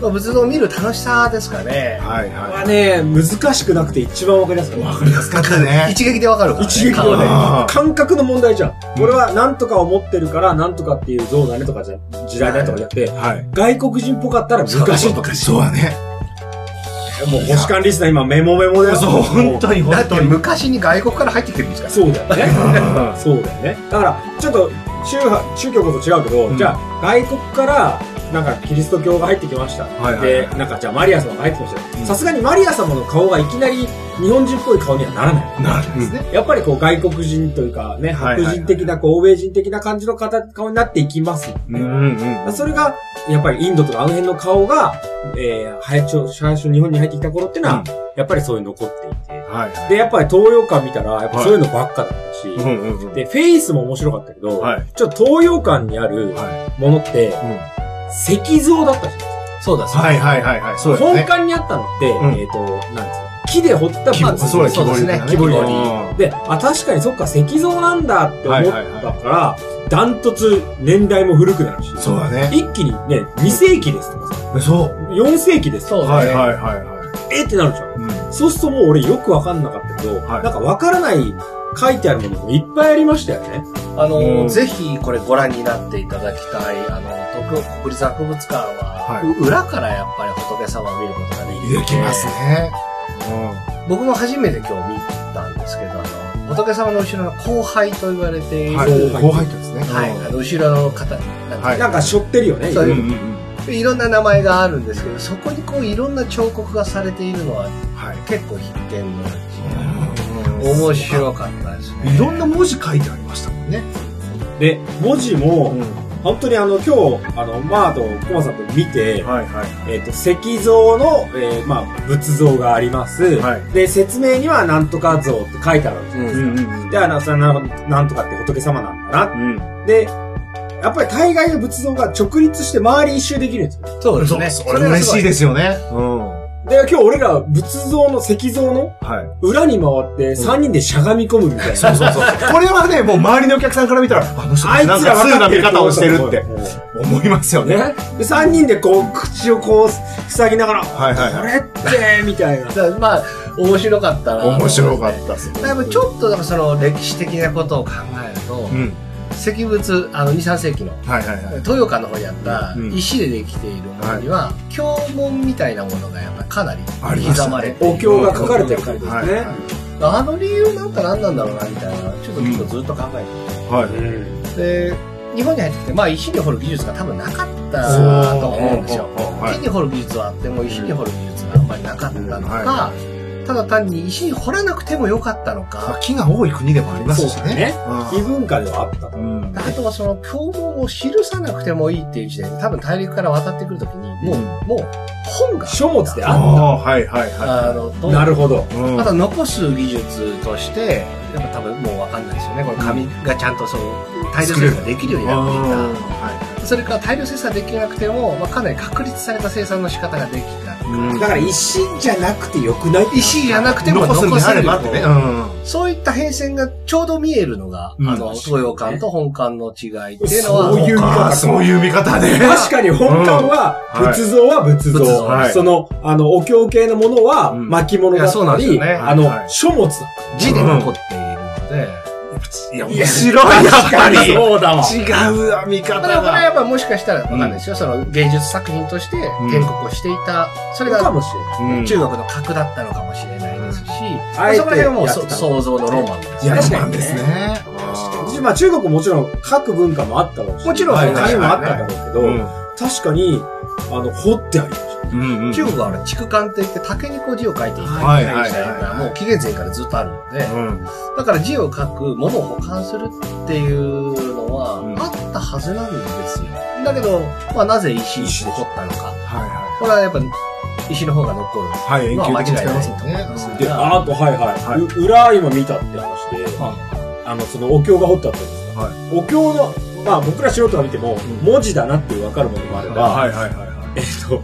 まあ仏像を見る楽しさですかね
い。。はい
ま
は
あね、難しくなくて一番わかりやすか
い。
っ
わかりやすかったね。
一撃でわかるから、ね。
一撃で
顔
は
で
ね
あー
感覚の問題じゃん。
うん
俺は何とかを持ってるから、何とかっていう像だねとかじゃ、時代だとかじゃなくて、
はい。
外国人っぽかったら難しいとか。
そうだね。
もう、星間リスナー今メモメモだよ。
そう、本当に、
だ
本
って
当に。
昔に外国から入ってきてるんですから。
そうだよね。
うん
そうだよね。だから、ちょっと、宗派、宗教こそ違うけど、
うん
じゃあ、外国から、なんか、キリスト教が入ってきました。
はいはい
で、なんか、じゃあ、マリア様が入ってきまし
う
た。
ん
さすがにマリア様の顔がいきなり、日本人っぽい顔にはならない。
なるんですね。
やっぱりこう外国人というかね、
はいはい
白
はい
人的な、こう欧米人的な感じの方顔になっていきますよ
う
ね。
んうん。
それが、やっぱりインドとかあの辺の顔が、えー、最初、最初日本に入ってきた頃ってのは、やっぱりそういうの残っていて。
はいはい。
で、やっぱり東洋館見たら、やっぱそういうのばっかだったし、
うんうんうん。
で、フェイスも面白かったけど、
はい。
ちょっと東洋館にある
は
ものって、
い。うん
石像だったじゃない
そうだ、そうだ。
はいはいはいはい。そうで
ですか。
す
本
ね。
館にあったのって、
うん
えっ、と、なんですか、木で掘った
木彫りそうだ、木
そ
彫
うで
り
すね
だね。
木彫り
あー
で、あ、確かにそっか、石像なんだって思ったから、
はいはい
ダントツ年代も古くなるし、
そうだね。
一気にね、2世紀ですとかさ、
そう。
4世紀ですと
そ
か、
うだ、ね。
はいはいはいは
えーってなるじゃん。
い。うん。
そうするともう俺よくわかんなかったけど、
はい
なんかわからない書いてあるものもいっぱいありましたよね。
あの、
うん
ぜひこれご覧になっていただきたい、あの、東京国立博物館は、
はいう
裏からやっぱり仏様を見ることができる。
できますね。
僕も初めて今日見たんですけど、あの、仏様の後ろの後輩と言われている、
は。
はいい、
後輩とですね。
あの後ろの方なんか
はい
なんか背負ってるよね。
そううんい
うんうん。
いろんな名前があるんですけど、そこにこういろんな彫刻がされているのは
はい。
結構必見の面白かったですね。
いろんな文字書いてありましたもんね。
で、文字も、
は
本当にあの、今日、あの、マーとコマさんと見て、
いは
えっ、と、石像の、えーまあ、仏像があります。
はい。
で、説明にはなんとか像って書いてあるんですよ。
うんうん
で、あの、それはななんとかって仏様なんだな。
うん。
で、やっぱり大概の仏像が直立して周り一周できるんですよ。
そうですね。
それ嬉しいですよね。うん。は
で、今日俺ら仏像の石像の
い。
裏に回って3人でしゃがみ込むみたいな。そうそうそう。
これはね、もう周りのお客さんから見たら、あの人
あ
た
い
ちなん
つら
か
分
通
か
な
って
見
る
方をしてるって思いますよ
ね
ね。。
で、3人でこう、口をこう、塞ぎながら、
はいはい
こ
はい。
れって、みたいな。
だからまあ、面白かったなと思い
面
ます
白かったです。
だいぶちょっとなんかその歴史的なことを考えると、
うん。
石仏、あの2、3世紀の
はいはいはい。
豊岡の方にあった
うん
石でできているものには、経文みたいなものがやっぱりかなり
ありました
刻
ね
まれている
お経が書かれてる感じです
はい
ね。
あの理由なんか何なんだろうなみたいなちょっと結構ずっと考え
はい。
うん
て、で日本に入ってきて、まあ、石に掘る技術が多分なかったと思うんですよ
おーおーおーはい
木に掘る技術はあっても石に掘る技術があんまりなかったのか、
うんは
ただ単に石に掘らなくてもよかったのか、
木が多い国でもありますし
そう
ね。
だね。異文化ではあったと。
うん。
あとはその教文を記さなくてもいいっていう時代で多分大陸から渡ってくるときにもう、
うん
もう本が
書物で
あ
あっ
あ、はいはい
あ
は
の
た。
と
なるほど。
い。うん
ただ残す技術として、やっぱ多分もうわかんないですよね。この紙がちゃんとそう、大量生産できるようになってい
は
た。それから大量生産できなくても、まあ、かなり確立された生産の仕方ができた。
いうん
だから石じゃなくてよくない
石じゃなくても
残すん
残
であ
せ
れ
る
ばってね。うん。
そういった変遷がちょうど見えるのが、
うん
あの、東洋館と本館の違いっていうのは、
そういう見方
あーそういう見方ね。
確かに本館は
うんはい
仏像は仏像。
仏像
はい
その、あの、お経系のものは
うん
巻物だ
いやそうな
っ
ん
た
です
り、
よね
あの、
はい
書物
字で残っているので、
いや、面白い、やっぱり。違
そうだわ。
う見
ま
方
あでもこれは
が。
やっぱもしかしたらわかんないですよ。その芸術作品として建国をしていた、それが
かもしれない。
うん
中国の核だったのかもしれないですし、
あえて
そこら辺はもう
やって
そ
た
想像のロマンです
いや、
ね。
ロマンですね。
じまあ中国ももちろん各文化もあっただろうし。
もちろん
そういう紙もあ
は
っ
い
ただろうけど、確かに、あの、掘ってありました。
うんうん
中国はあれ、竹簡といって竹にこう字を書いていたり
はいはいはい
したりがもう紀元前からずっとあるので、
うん
だから字を書く、ものを保管するっていうのは
うん
あったはずなんですよ。だけど、まあなぜ石に残ったのか。
は
これはやっぱ石の方が残る。
いはい。はい、
まあ
永久的に使えます
間
も
違いないと思います
ん
ね
ね。
で、あと、はいはい。
はいう
裏今見たって話で、あの、そのお経が彫ってあったんですよ
は
お経の、まあ僕ら素人が見ても、文字だなって分かるものもあれば、
はいはいはいはい。
えっと、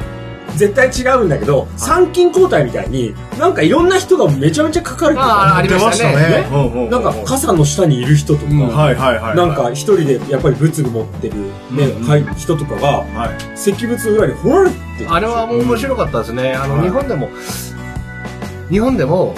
絶対違うんだけど、参勤交代みたいに、なんかいろんな人がめちゃめちゃ書かれてる。
あーありましたね
出ましたね。
なんか傘の下にいる人とか、
うんはいはいはい。
なんか、一人でやっぱり仏具持ってる、ね
うん
かい人とかが、
はい。
石仏の裏に掘られてる。
あれはもう面白かったですね。あ
うん
の、日本でも、日本でも、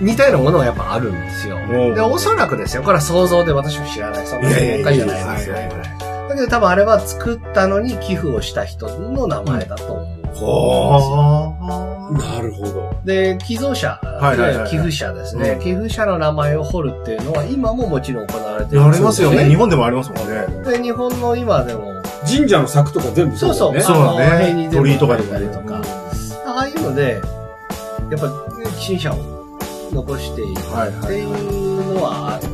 似たようなものがやっぱあるんですよ。
おう
で、おそらくですよ。これは想像で私も知らない。そんなにばっかりじゃないですよ。
はいはいはい
だけど多分あれは作ったのに寄付をした人の名前だと思う。
ほー。
なるほど。
で、寄贈者、
はいはいはいはい
寄付者ですね、寄付者の名前を掘るっていうのは今ももちろん行われてる
やりますよね。
で
日本でもありますもんね。
で、日本の今でも、
神社の柵とか全部
そうそう、
だよ
そうだね
あの塀に全部
鳥居とかで
貼
も
られたりとか、ああいうので、やっぱ、寄進者を残していく
はい
っ
は
て
い。
いうのはあって、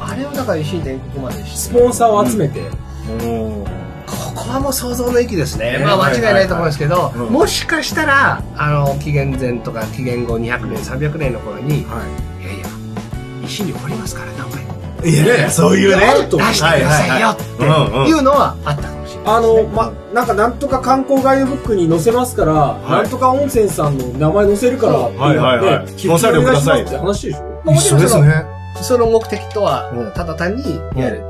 あれをだから石に天国までして。
スポンサーを集めて、
おー
ここはもう想像の域です
ね
ね。まあ間違いないと思うんですけど
いはいは、いうん
もしかしたら、あの、紀元前とか紀元後200年、300年の頃に、い
は
やいや、石に掘りますから、名前
い。いや、 そういうね。
あると
出してくださいよっていうのはあったかもしれな
あ
いですね。
の、ま、なんかなんとか観光ガイドブックに載せますから、
い
なんとか温泉さんの名前載せるからって言って、
はいはいはい
寄付金お願いしますって話でしょ
まあもちろんその
ね。
その目的とは
うん、
ただ単に、いわゆる、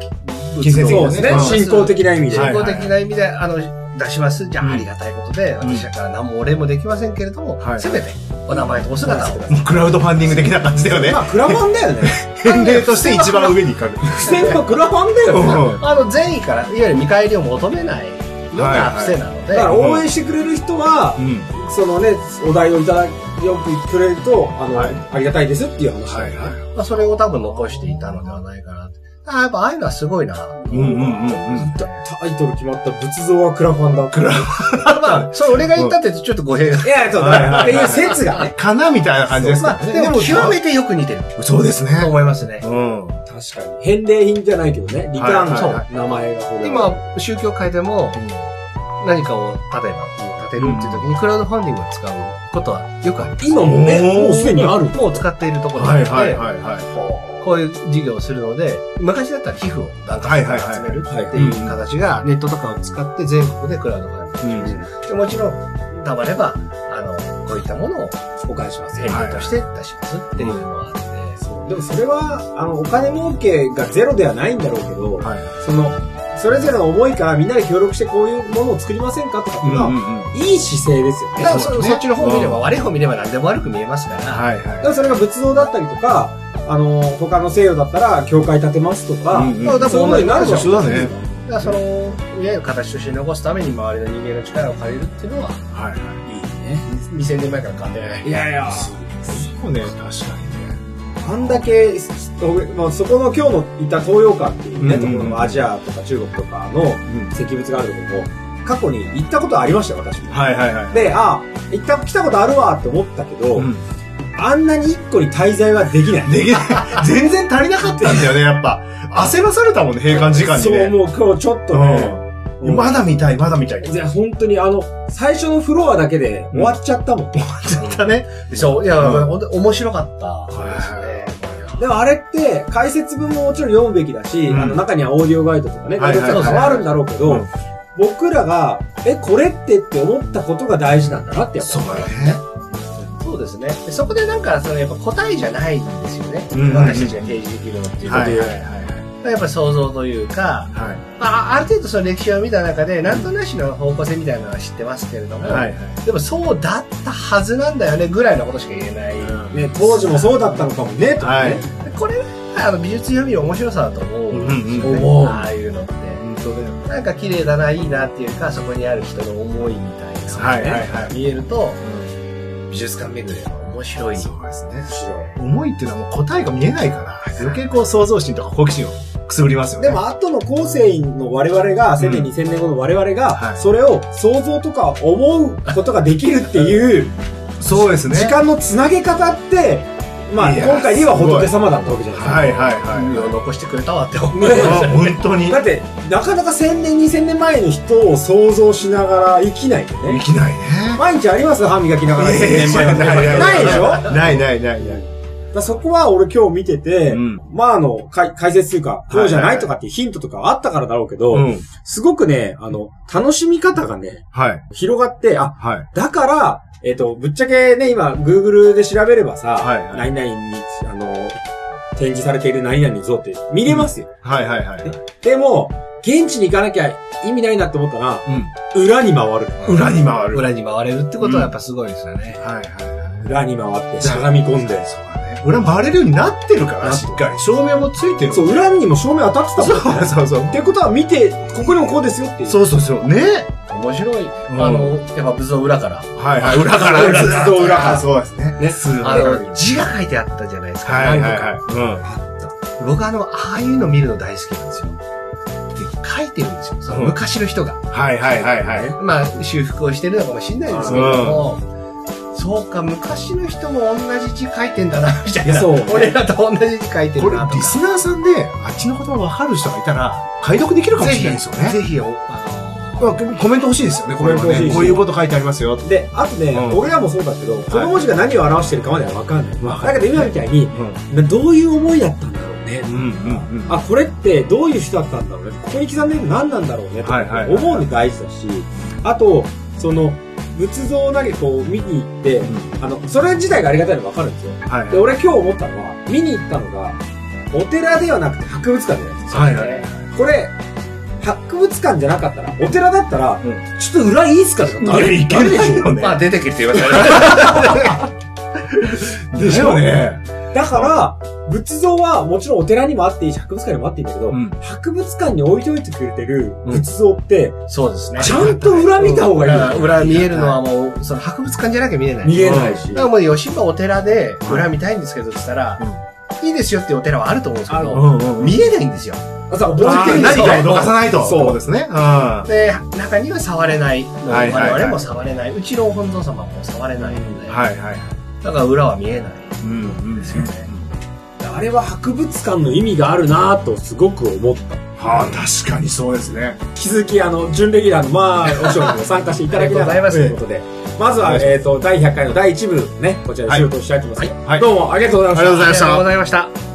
金銭的
そ
な
うです
う
ね。
ん
信仰的な意味で。
はい
人工的な意味で、あの、出します。じゃ
うん
あ、ありがたいことで、
ん
私だから何もお礼もできませんけれども、
はい
せめて、お名前とお姿を。
もうクラウドファンディング的な感じだよね。
まあ、クラファンだよね。
返礼として一番上に書く。
付箋はクラファンだよね。
うん
あの、善意から、いわゆる見返りを求めないのが癖なので、
だから応援してくれる人は、
うん。
そのね、お題をいただよくくれると、あの、
はい
ありがたいですっていう話だよね。
い。
まあ、それを多分残していたのではないかなって。あやっぱああいうのはすご いな。
うんうんうんうん。
タタイトル決まった仏像はクラファンだ。クラフ
まあ、それ俺が言ったってちょっと語弊が。
ァン。いや、そう
はい
だ
は
ね。
い
っていう説がね。
かなみたいな感じですか
ま
ら
あ、
ね。
でも極めてよく似てる
そうですね
と。思いますね。
うん。
確かに。返礼品じゃないけどね。リターン
はい
はい
の
は
名前がこれ。
今、宗教界でも何かを例えば建てるっていう時にクラウドファンディングを使うことはよくあります。
今もね、
おー
もうすでにある。
もう使っているところ
は
ないので、
はいはいはい。
こういう事業をするので、昔だったら寄付を段階から集める
はいはいはい
っていう形がネットとかを使って全国でクラウドファンディング
うん。
でもちろん、たまれば、あの、こういったものを
お返しします
返礼として出しますっていうのがあって、
そうでもそれは、あの、お金儲けがゼロではないんだろうけど、
はい。
その、それぞれの思いからみんなで協力してこういうものを作りませんかとかっていうのは、
うん。
いい姿勢ですよね。
だから
そ
そう
ですね
そっちの方を見れば、
うん
悪い方を見れば何でも悪く見えますから、
はい
だか
は
らそれが仏像だったりとか、あの、他の西洋だったら、教会建てますとか、
うんうんだ
から
そういうものになるじゃん。
そうだね
だからその、いわゆる形として残すために周りの人間の力を借りるっていうのは、
い。はいはい
いね。
2000年前から変わってない。
いやいや、
そうね、確かにね。
あんだけ、まあ、そこの今日のいた東洋館っていうね、
うんうんうん
ところのアジアとか中国とかの石仏があるけども、過去に行ったことありましたよ、私も。
はいはいはい。
で、あ、行った、来たことあるわって思ったけど、
うん
あんなに一個に滞在はできない。
できない。全然足りなかったんだよね、やっぱ。焦らされたもんね、閉館時間に
そう、
ね。
もう今日ちょっとね、
うんまだ見たい、まだ見たい。
で本当にあの、最初のフロアだけで終わっちゃったもん。
ちょっとね。
そう、いや、
うん
ほんと面白かった
はい
ですね。
でもあれって、解説文ももちろん読むべきだし、
うん
あの中にはオーディオガイドとかね、
は
ガ
い
イ
はい
ド
はい
とかもあるんだろうけど、
うん
僕らが、え、これってって思ったことが大事なんだなってやっぱ
そうだね。
そうですね。でそこでなんか、そのやっぱ答えじゃないんですよね。
うん
私たちが提示できるのっていうこと
はい
で、
はいはい
やっぱ想像というか、
はい。
まあ、ある程度その歴史を見た中で、なんとなしの方向性みたいなのは知ってますけれども、
はいはい。
でもそうだったはずなんだよねぐらいのことしか言えない。
ね、当時もそうだったのかもね、とか
はい
ね。。
これがあの美術読みの面白さだと思うんですよね。
うん思う
ああいうのって。
本当だよね。
なんか綺麗だな、いいなっていうか、そこにある人の思いみたいな、
はいはいはい。
見えると、美術館巡りは面白い。
そうですね。
面
思いっていうのはもう答えが見えないから、余計こう想像心とか好奇心をくすぐりますよ
白い
ね。
でも、後の後世の我々が、1000年、
うん
2000年後の我々
は
が、
い
それを想像とか思うことができるっていう、
そうですね。
時間のつなげ方って、まあ、
いや
今回では仏様だったわけじゃないですか。
はいはいはい。
意味を残してくれたわって思いま
ね
した
あ本当に
だ。って、なかなか1000年、2000年前の人を想像しながら生きないよ
で
ね。
きないね。
毎日あります歯磨きながら1000年前の人
いやいやいや
ないでしょだか
ないないないない。
らそこは俺今日見てて、
うん
まああの、解解説というか、こうじゃないとかっていうヒントとかあったからだろうけど、
うん。
すごくね、あの、楽しみ方がね、
はい。
広がって、あ、
はい。
だから、えっ、と、ぶっちゃけね、今、Google で調べればさ、
はいは
何々に、あの、展示されている何々像って見れますよ。
はいはいはい。
でも、現地に行かなきゃ意味ないなって思ったら、
う
裏に回る。
ん。裏に回る。
裏に回れるってことはやっぱすごいですよね。
はいはいはい。
裏に回って、しゃがみ込んで。
そうだね。裏回れるようになってるから、
なって
し
る
っかり。照明もついてる。
そう、裏にも照明当たってたもん
そ
ね。
うそうそう。
ってことは見て、ここにもこうですよっていう。
そうそうそう。ね。
面白い。
ん
あの、やっぱ仏像裏から。
はいはい。裏から。
裏
ずっと裏から。そうですね。
ね。
す
あの、字が書いてあったじゃないですか。
はいはい
何個か
は
僕あの、ああいうの見るの大好きなんですよ。で、書いてるんですよ。その
うん
昔の人が。
い。うん。はいはいはいはい。
まあ、修復をしてるのかもしれないですけれども、そうか、昔の人も同じ字書いてんだな、みたい
いや
な。
そう
俺らと同じ字書いて
こ
る
れ
な、と、か。
リスナーさんで、あっちの言葉わかる人がいたら、解読できるかもしれないですよね。
ぜひ、ぜひおあの
まあコメント欲しいですよね、これは
コメント欲しい
ね。
し
こういうこと書いてありますよ。と
で、あとね、
うん
俺らもそうだけど、この文字が何を表してるかまではわかんない。
わかん
だけど今みたいに、などういう思いだったんだろうね
う。んうんうん。
あ、これってどういう人だったんだろうね。ここに刻んでるの何なんだろうね。と
はいは
か
いはい
思うの大事だし、あと、その、仏像を投げこう見に行って、あの、それ自体がありがたいのわかるんですよ。
はい
で、俺今日思ったのは、見に行ったのが、お寺ではなくて博物館じゃないです
はいはい。
か。これ、博物館じゃなかったら、お寺だった
う
ら、
ん
ちょっと裏いいっすかとか、
いやいけるでしょうね
まあ、出てきて言わせない。
でしょうね。
だから、仏像はもちろんお寺にもあっていいし、博物館にもあっていいんだけど、
うん。
博物館に置いておいてくれてる仏像って、
そうですね。
ちゃんと裏見た方がいいよ
裏裏見えるのはもう、その博物館じゃなきゃ見えない。
見えないし
だからもう吉野お寺で裏見たいんですけど、つったら、いいですよっていうお寺はあると思うんですけ
う
ど、
んうんうん。
見えないんですよ。
あ、さ、
あ
覚えてる
ー
んで
何
すよ
かを逃さないと。
そう
そうですね。うん。
で、中には触れない。
はいはいはい
我々も触れない。うちのお本尊様も触れないので、
はいはい。
だから裏は見えない。
うんうん。
ですよね
あれは博物館の意味があるなぁとすごく思った。
はあ、確かにそうですね。
気づき、あの、準レギュラーの、まあ、お仕事にも参加していただきなが
ありが
ら、
と
と
う
い
ございうま
こと
す
で、まずは、えっ、と、第100回の第1部ね、こちらで収録したいと思います、
はい
どうもありがとうございました。
ありがとうございました
ありがとうございました。